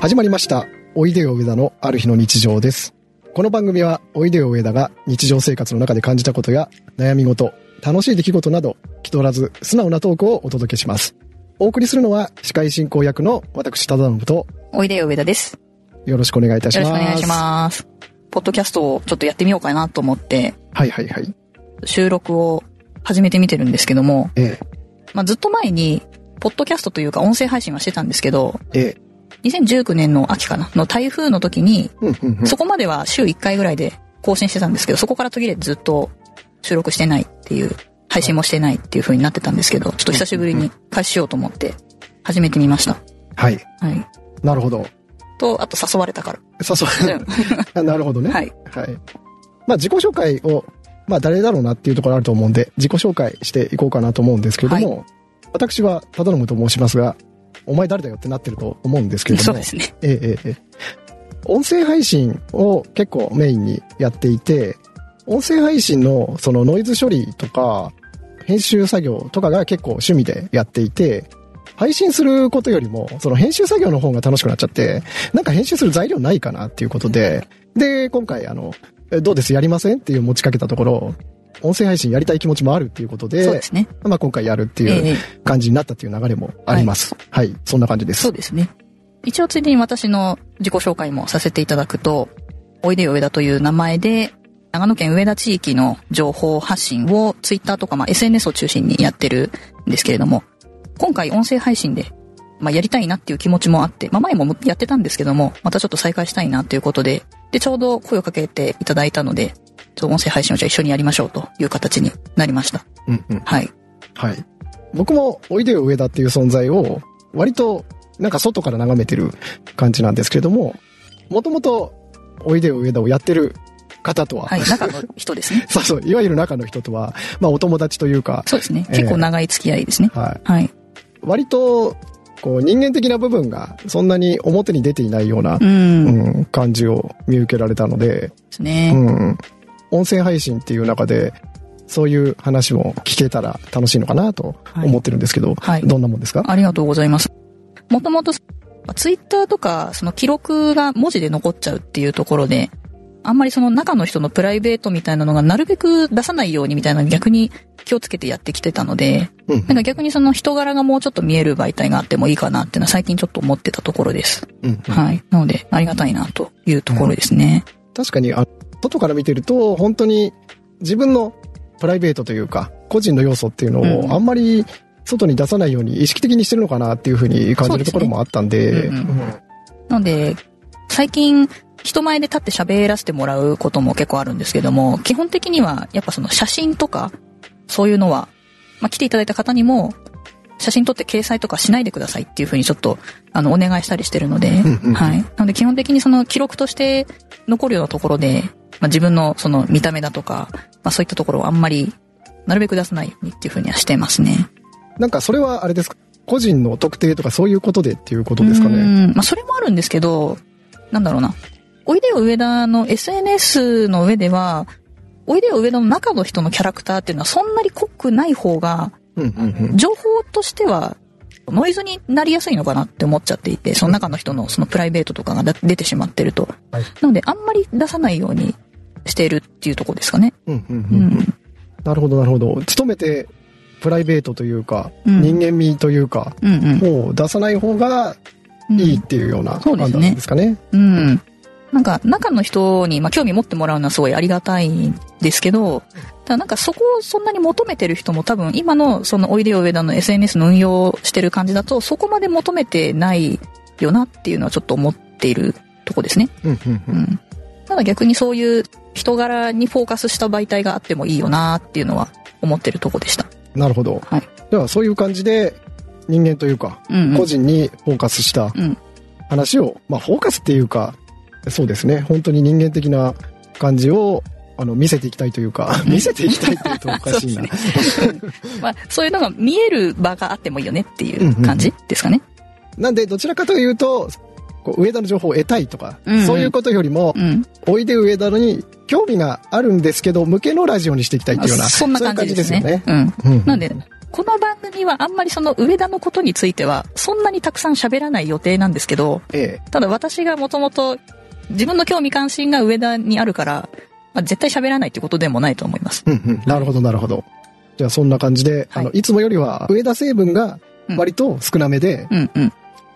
始まりました。おいでよ上田のある日の日常です。この番組は、おいでよ上田が日常生活の中で感じたことや悩み事、楽しい出来事など、気取らず素直なトークをお届けします。お送りするのは、司会進行役の私、ただのぶと、おいでよ、上田です。よろしくお願いいたしよます。ろしくお願いします。ポッドキャストをちょっとやってみようかなと思って、はいはいはい。収録を始めてみてるんですけども、えまあ、ずっと前に、ポッドキャストというか音声配信はしてたんですけど、え、ええ、 2019年の秋かなの台風の時に、うんうんうん。そこまでは週1回ぐらいで更新してたんですけど、そこから途切れてずっと収録してないっていう、配信もしてないっていう風になってたんですけど、ちょっと久しぶりに開始しようと思って始めてみました。はい。はい。なるほど。と、あと誘われたから。 誘う。あなるほどね。。はいい。はい。まあ、自己紹介を、まあ、誰だろうなっていうところあると思うんで、自己紹介していこうかなと思うんですけれども、私は、ただのむと申しますが、お前誰だよってなってると思うんですけれども、そうですね。ええええええ。音声配信を結構メインにやっていて、音声配信のそのノイズ処理とか、編集作業とかが結構趣味でやっていて、配信することよりも、その編集作業の方が楽しくなっちゃって、なんか編集する材料ないかなっていうことで、で、今回あの、えどうですやりませんっていう持ちかけたところ、音声配信やりたい気持ちもあるっていうことで、そうですね。まあ今回やるってえいうえ感じになったっていう流れもあります。はい、そんな感じです。そうですね。一応ついでに私の自己紹介もさせていただくと、おいでよ上田という名前で、長野県上田地域の情報発信をツイッターとか、まあ、SNS を中心にやってるんですけれども、今回音声配信で、まあ、やりたいなっていう気持ちもあって、まあ、前もやってたんですけども、またちょっと再開したいなということで、で、ちょうど声をかけていただいたので、ちょっと音声配信をじゃあ一緒にやりましょうという形になりました。うんうんはい。はい。僕も、おいでよ上田っていう存在を、割と、なんか外から眺めてる感じなんですけれども、もともと、おいでよ上田をやってる方とは、。はい。中の人ですね そうそう、いわゆる中の人とは、まあお友達というか、そうですね。ええ結構長い付き合いですね。はい。はい。割と、こう人間的な部分がそんなに表に出ていないような、うん。でうん感じを見受けられたので、すね。うん。音声配信っていう中で、そういう話も聞けたら楽しいのかなと思ってるんですけど、はいどんなもんですかありがとうございます。もともと、ツイッターとか、その記録が文字で残っちゃうっていうところで、あんまりその中の人のプライベートみたいなのがなるべく出さないようにみたいな逆に気をつけてやってきてたので、うんなんか逆にその人柄がもうちょっと見える媒体があってもいいかなっていうのは最近ちょっと思ってたところです。うんはい。なので、ありがたいなというところですね。確かにあ外から見てると本当に自分のプライベートというか個人の要素っていうのうをんあんまり外に出さないように意識的にしてるのかなっていうふうに感じるところもあったんでそうですねうんなので、最近、人前で立って喋らせてもらうことも結構あるんですけども、基本的には、やっぱその写真とか、そういうのは、まあ、来ていただいた方にも、写真撮って掲載とかしないでくださいっていうふうにちょっと、あの、お願いしたりしてるので、うんうんはい。なので基本的にその記録として残るようなところで、まあ、自分のその見た目だとか、まあ、そういったところをあんまり、なるべく出さないようにっていうふうにはしてますね。なんかそれはあれですか個人の特定とかそういうことでっていうことですかうねんまあ、それもあるんですけど、なんだろうな。おいでよ上田の SNS の上では、おいでよ上田の中の人のキャラクターっていうのはそんなに濃くない方が、うんうんうん情報としてはノイズになりやすいのかなって思っちゃっていて、その中の人のそのプライベートとかが出出てしまってると。はいなので、あんまり出さないようにしているっていうとこですかね。うんうんううんん。なるほどなるほど努めてプライベートというか、うん人間味というかうんうんもう出さない方がうん。いいっていうようなそう判ですね断ですかね。うん。なんか、中の人に、まあ、興味持ってもらうのはすごいありがたいんですけど、ただなんかそこをそんなに求めてる人も多分、今のそのおいでよ上田の SNS の運用をしてる感じだと、そこまで求めてないよなっていうのはちょっと思っているとこですね。うんうんううんん。ただ逆にそういう人柄にフォーカスした媒体があってもいいよなっていうのは思ってるとこでした。なるほど。はいではそういう感じで人間というかうん、う個ん。人にフォーカスしたうん話を、まあフォーカスっていうか、そうですね、本当に人間的な感じを、あの、見せていきたいという か、見せていきたいっていうとおかしいな。まあ、そういうのが見える場があってもいいよねっていう感じですかね。なんで、どちらかというと、こう上田の情報を得たいとか、うんうんそういうことよりも、うん。おいで上田に興味があるんですけど、向けのラジオにしていきたいっていうような、そんなそういう感感じじでですすよねね。。うん。うんなんで、この番組はあんまりその上田のことについては、そんなにたくさん喋らない予定なんですけど、ええ。ただ私がもともと自分の興味関心が上田にあるから、まあ、絶対喋らないってことでもないと思います。うんうん。なるほど、なるほど。じゃあそんな感じで、はいい、あの、いつもよりは上田成分が割と少なめで、うんうん。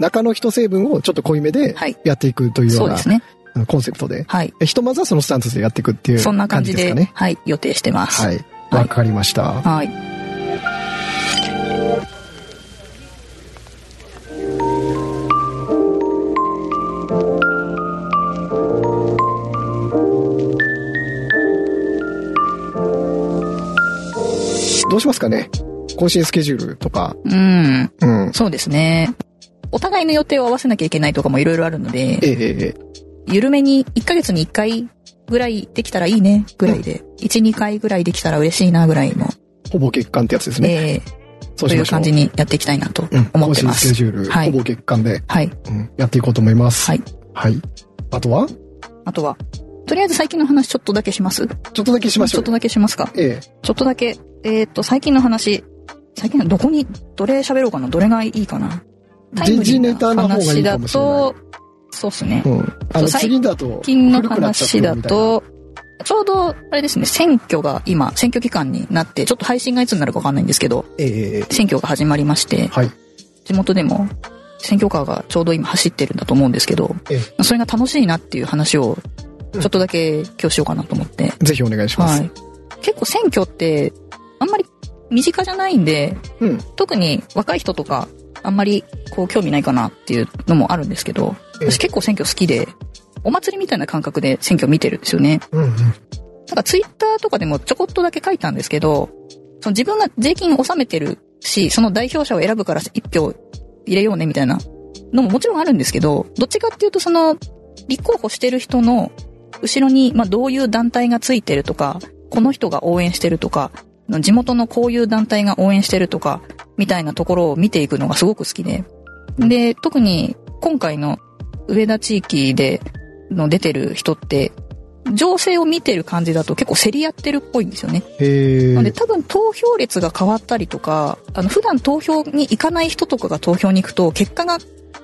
中の人成分をちょっと濃いめではいやっていくというよそううな、ですね。あのコンセプトで。はい。えひとまずはそのスタンスでやっていくっていそんなう感感じじですで、かね。はい、予定してます。はい。わかりました。はい。どうしますかね更新スケジュールとか。うん。うん。そうですね。お互いの予定を合わせなきゃいけないとかもいろいろあるので、ええええええ。緩めに1ヶ月に1回ぐらいできたらいいねぐらいで、1、2回ぐらいできたら嬉しいなぐらいの、ほぼ月間ってやつですね。えーそうとしいまうしょう。感じにやっていきたいなとうん。思更って新まスケす。ジュール、はいほぼ月間で、はい。うんやっていこうと思います。はい。はい。あとはあとは、とりあえず最近の話ちょっとだけしますちょっとだけしましちょょうっ。とだけしますかええ。ちょっとだけ。えーっと、最近の話。最近のどこに、どれ喋ろうかなどれがいいかなタイムリーな時事ネタの方がいいかもしれない話だと、そうっすね。うん。あの、最次だと、最近の古くなっちゃって話るだみたいな。と、ちょうど、あれですね、選挙が今、選挙期間になって、ちょっと配信がいつになるかわかんないんですけど、ええええええ。選挙が始まりまして、はい。地元でも選挙カーがちょうど今走ってるんだと思うんですけどえ、それが楽しいなっていう話を、ちょっとだけ今日しようかなと思って。ぜひお願いしまはす。い。結構選挙って、あんまり身近じゃないんで、うん。特に若い人とか、あんまりこう興味ないかなっていうのもあるんですけど、ええ私結構選挙好きで、お祭りみたいな感覚で選挙見てるんですよね。うんうん。なんかツイッターとかでもちょこっとだけ書いたんですけど、その自分が税金を納めてるし、その代表者を選ぶから一票入れようねみたいなのももちろんあるんですけど、どっちかっていうとその、立候補してる人の後ろに、まあどういう団体がついてるとか、この人が応援してるとか、地元のこういう団体が応援してるとか、みたいなところを見ていくのがすごく好きで。で、特に今回の上田地域での出てる人って、情勢を見てる感じだと結構競り合ってるっぽいんですよね。へなのえで。多分投票率が変わったりとか、あの普段投票に行かない人とかが投票に行くと結果が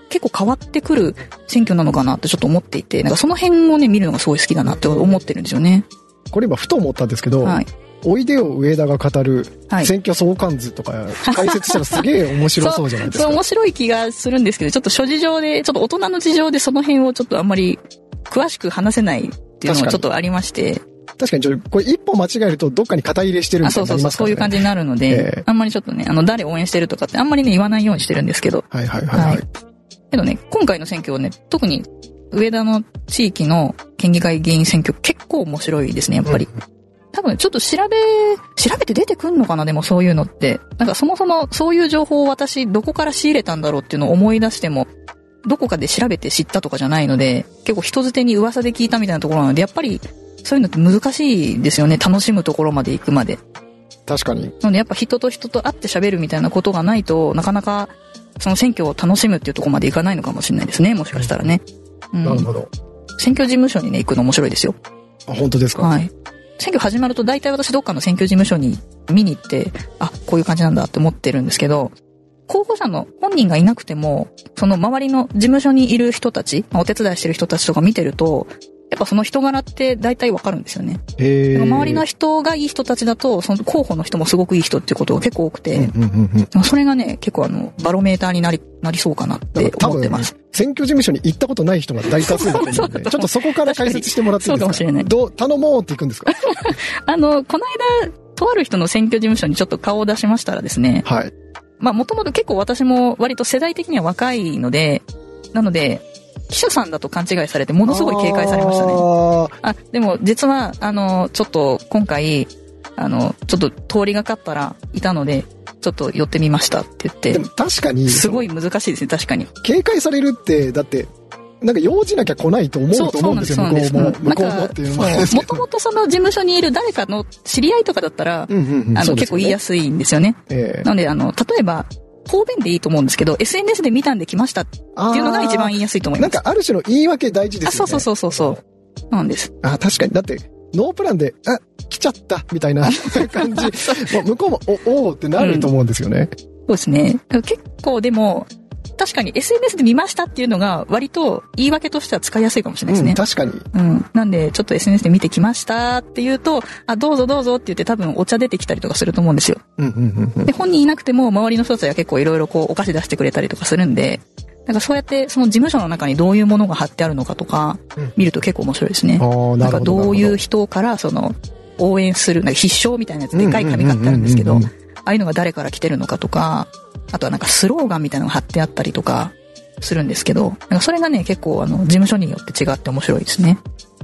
結構変わってくる選挙なのかなってちょっと思っていて、なんかその辺をね見るのがすごい好きだなって思ってるんですよね。これ今、ふと思ったんですけど、はい。おいでよ上田が語るはい。選挙相関図とか解説したらすげえ面白そうじゃないですそうか。面白い気がするんですけど、ちょっと諸事情で、ちょっと大人の事情でその辺をちょっとあんまり詳しく話せないっていうの確かがにちょっとありまして、確かにちょっと、これ一歩間違えるとどっかに肩入れしてるみあ、たそいうになそうりそう、ますかそらういうね。感じになるので、ええあんまりちょっとね、あの、誰応援してるとかってあんまりね、言わないようにしてるんですけど、はいはいはい。はい、けどね、今回の選挙をね、特に上田の地域の県議会議員選挙結構面白いですね、やっぱり。多分ちょっと調べ、調べて出てくんのかなでもそういうのって。なんかそもそもそういう情報を私どこから仕入れたんだろうっていうのを思い出しても、どこかで調べて知ったとかじゃないので、結構人づてに噂で聞いたみたいなところなので、やっぱりそういうのって難しいですよね。楽しむところまで行くまで。確かに。なのでやっぱ人と人と会って喋るみたいなことがないとなかなかその選挙を楽しむっていうところまでいかないのかもしれないですねもしかしたらね、うなるん、ほど。選挙事務所にね行くの面白いですよあ、本当ですか、はい選挙始まると大体私どっかの選挙事務所に見に行ってあこういう感じなんだって思ってるんですけど候補者の本人がいなくてもその周りの事務所にいる人たちまあお手伝いしてる人たちとか見てるとやっぱその人柄って大体わかるんですよね。へえ。周りの人がいい人たちだと、その候補の人もすごくいい人っていうことが結構多くて、うんうんうんうん。まあそれがね、結構あの、バロメーターになり、なりそうかなっだからて多思っ分てます。、選挙事務所に行ったことない人が大多数だと思そううのだと思で、うちょっとそこから解説してもらっていいですか確かにそうかもしれないどう、頼もうっていくんですかあの、この間、とある人の選挙事務所にちょっと顔を出しましたらですね、はい。まあもともと結構私も割と世代的には若いので、なので、記者さんだと勘違いされて、ものすごい警戒されましたね。ああ、でも実は、あの、ちょっと今回、あの、ちょっと通りがかったらいたので、ちょっと寄ってみましたって言っーでても、確かに、すごい難しいですね、確かに。警戒されるって、だって、なんか用事なきゃ来ないと思うと思うんですよ、そう向こうも。そう向なこんですうもなんっかていうのもあれですそうもけとど。もとその事務所にいる誰かの知り合いとかだったら、うんうんうんあその、うで結すよ構ね言いやすいんですよね。ええなので、あの、例えば、方便でいいと思うんですけど、SNS で見たんで来ましたっていうのが一番言いやすいと思いなまんす。かある種の言い訳大事であ、すそようね。そうそうそうそう。なんです。あ、確かに。だって、ノープランで、あ、来ちゃったみたいな感 じ。もう向こうも、お、おーってなると思うんですよね。そうですね。結構でも、確かに SNS で見ましたっていうのが割と言い訳としては使いやすいかもしれないですうねん、。確かに。うん。なんで、ちょっと SNS で見てきましたって言うと、あ、どうぞどうぞって言って多分お茶出てきたりとかすると思うんですよ。うんうんうんうんで、本人いなくても周りの人たちが結構いろいろこうお菓子出してくれたりとかするんで、なんかそうやってその事務所の中にどういうものが貼ってあるのかとかうん見ると結構面白いですね。あーななんるかほど。どういなうる人からその応援する、なんか必勝みたいなやつほどでかい紙が貼ってあるんですけど、うあんうんうんうんあいうのが誰から来てるのかとか、あとはなんかスローガンみたいなのが貼ってあったりとかするんですけど、なんかそれがね結構あの事務所によって違って面白いですね。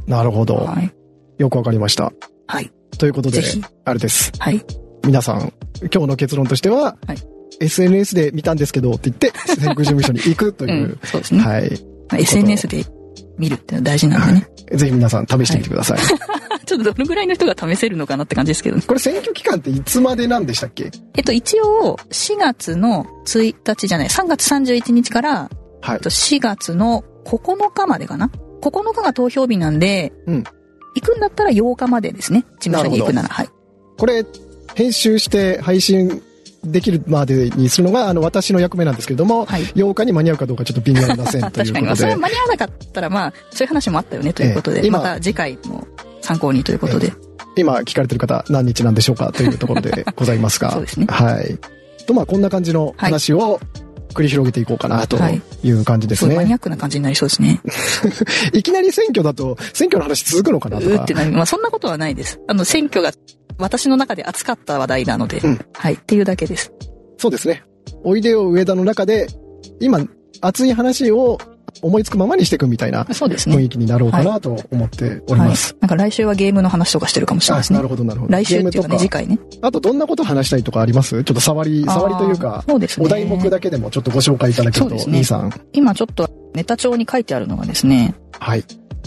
なるほど。はい。よくわかりました。はい。ということでぜひ、あれです。はい。皆さん、今日の結論としては、はい SNS で見たんですけどって言 って、戦国事務所に行くとういんう。。そうですね。はい。 SNS で見るってのは大事なんでね。ぜひ皆さん試してみてください。ちょっとどのぐらいの人が試せるのかなって感じですけどね。これ選挙期間っていつまでなんでしたっけえっと、一応、4月の1日じゃない、3月31日から、はえいっと。4月の9日までかな ?9 日が投票日なんで、うん行くんだったら8日までですね。事務所に行くなら。はい。これ、編集して配信できるまでにするのが、あの、私の役目なんですけれども、はい8日に間に合うかどうかちょっと微妙な線あとい確うこかに。まとあそれでは。間に合わなかったら、まあ、そういう話もあったよねということええで、今また次回の参考にということで。今聞かれてる方何日なんでしょうかというところでございますが。 そうですねはい。と、まあこんな感じの話を繰り広げていこうかなとはいいう感じですすごいね。マいニ、アックな感じになりそうですね。きなり選挙だと、選挙の話続くのかうなとーかって。なりまあそんなことはないです。あの、選挙が私の中で熱かった話題なので、うんはい。っていうだけです。そうですね。おいでよ上田の中で、今熱い話を思いつくままにしていくみたいなそうですね雰。囲気になろうかなと思っておりはいます。。なんか来週はゲームの話とかしてるかもしれないですあなねる。ほど、なるほど。来週っていうかゲね、ー次ムとか、回ね。あとどんなこと話したいとかありますちょっと触り、触りというあかー、そうですね。お題目だけでもちょっとご紹介いただけるそうと、ですね兄さん。今ちょっとネタ帳に書いてあるのがですね、はい。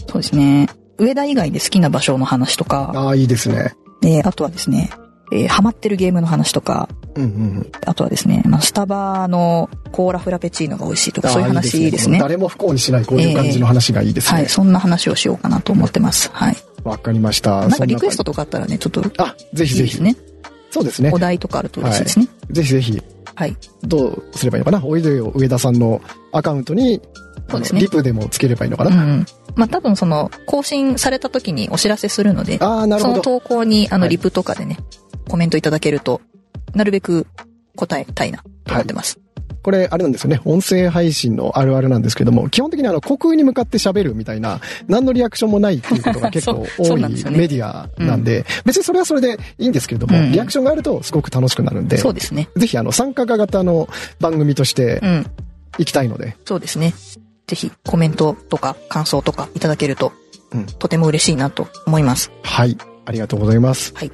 そうですね。上田以外で好きな場所の話とか、ああ、いいですね。で、あとはですね、えーハマってるゲームの話とか、うんうんうん。あとはですね、まあ、スタバのコーラフラペチーノが美味しいとか、そういうあー話ですね。誰も不幸にしない、こういう感じの話がいいですはねい、。そんな話をしようかなと思ってます。はい。わかりました。なんかそリクエスト感とかあったらね、ちょっといじあ、ぜひいぜでひす。ね。そうですねお。題とかあると嬉しいですね。ぜひぜひ、はい。どうすればいいのかなおいでよ上田さんのアカウントに、そうですねリプでもつければいいのかうな、ん。まあ、多分その、更新された時にお知らせするので、ああ、なるそほのど。投稿に、あはの、いリプとかでね、コメントいただけると、なるべく答えたいな、と思ってます。これ、あれなんですよね。音声配信のあるあるなんですけども、基本的にあの、虚空に向かって喋るみたいな、何のリアクションもないっていうことが結 構そうそ多ういなんですよねメディアなんで、別にそれはそれでいいんですけれども、うんリアクションがあるとすごく楽しくなるんで、そうですね。ぜひあの、参加型の番組としてうん。行きたいので、そうですね。ぜひ、コメントとか、感想とかいただけると、うんとても嬉しいなと思います。はい。ありがとうございます。はい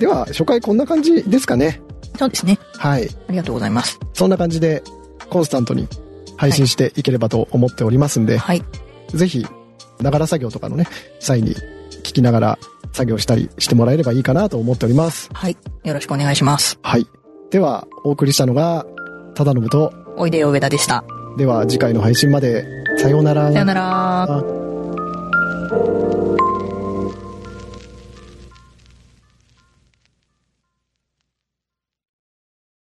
では、初回こんな感じですかね。そうですね。はい。ありがとうございます。そんな感じで、コンスタントに配信していければと思っておりますんで、はい。ぜひ、ながら作業とかのね、際に聞きながら作業したりしてもらえればいいかなと思っております。はい。よろしくお願いします。はい。では、お送りしたのが、ただのぶと、おいでよ、上田でした。では次回の配信まで、さようならさよなら。あ